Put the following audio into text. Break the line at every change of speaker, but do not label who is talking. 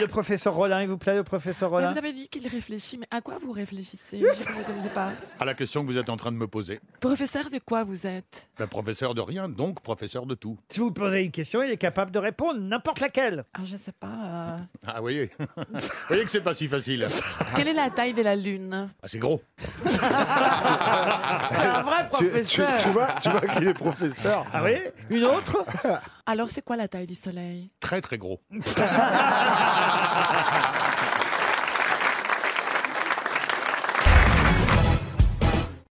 le professeur Rollin Il vous plaît le professeur
Mais
Rollin
vous avez dit qu'il réfléchit, mais à quoi vous réfléchissez Je ne le connaissais pas.
À la question que vous êtes en train de me poser.
Professeur de quoi vous êtes
Ben, professeur de rien, donc professeur de tout.
Si vous posez une question, il est capable de répondre n'importe laquelle.
Ah, Je ne sais pas. euh,
Ah, vous voyez Vous voyez que c'est pas si facile.
Quelle est la taille de la Lune
Ah, c'est gros.
C'est un vrai
Tu, tu-
professeur.
tu vois, tu vois qu'il est professeur.
Ah oui Une autre
Alors, c'est quoi la taille du Soleil
Très, très gros.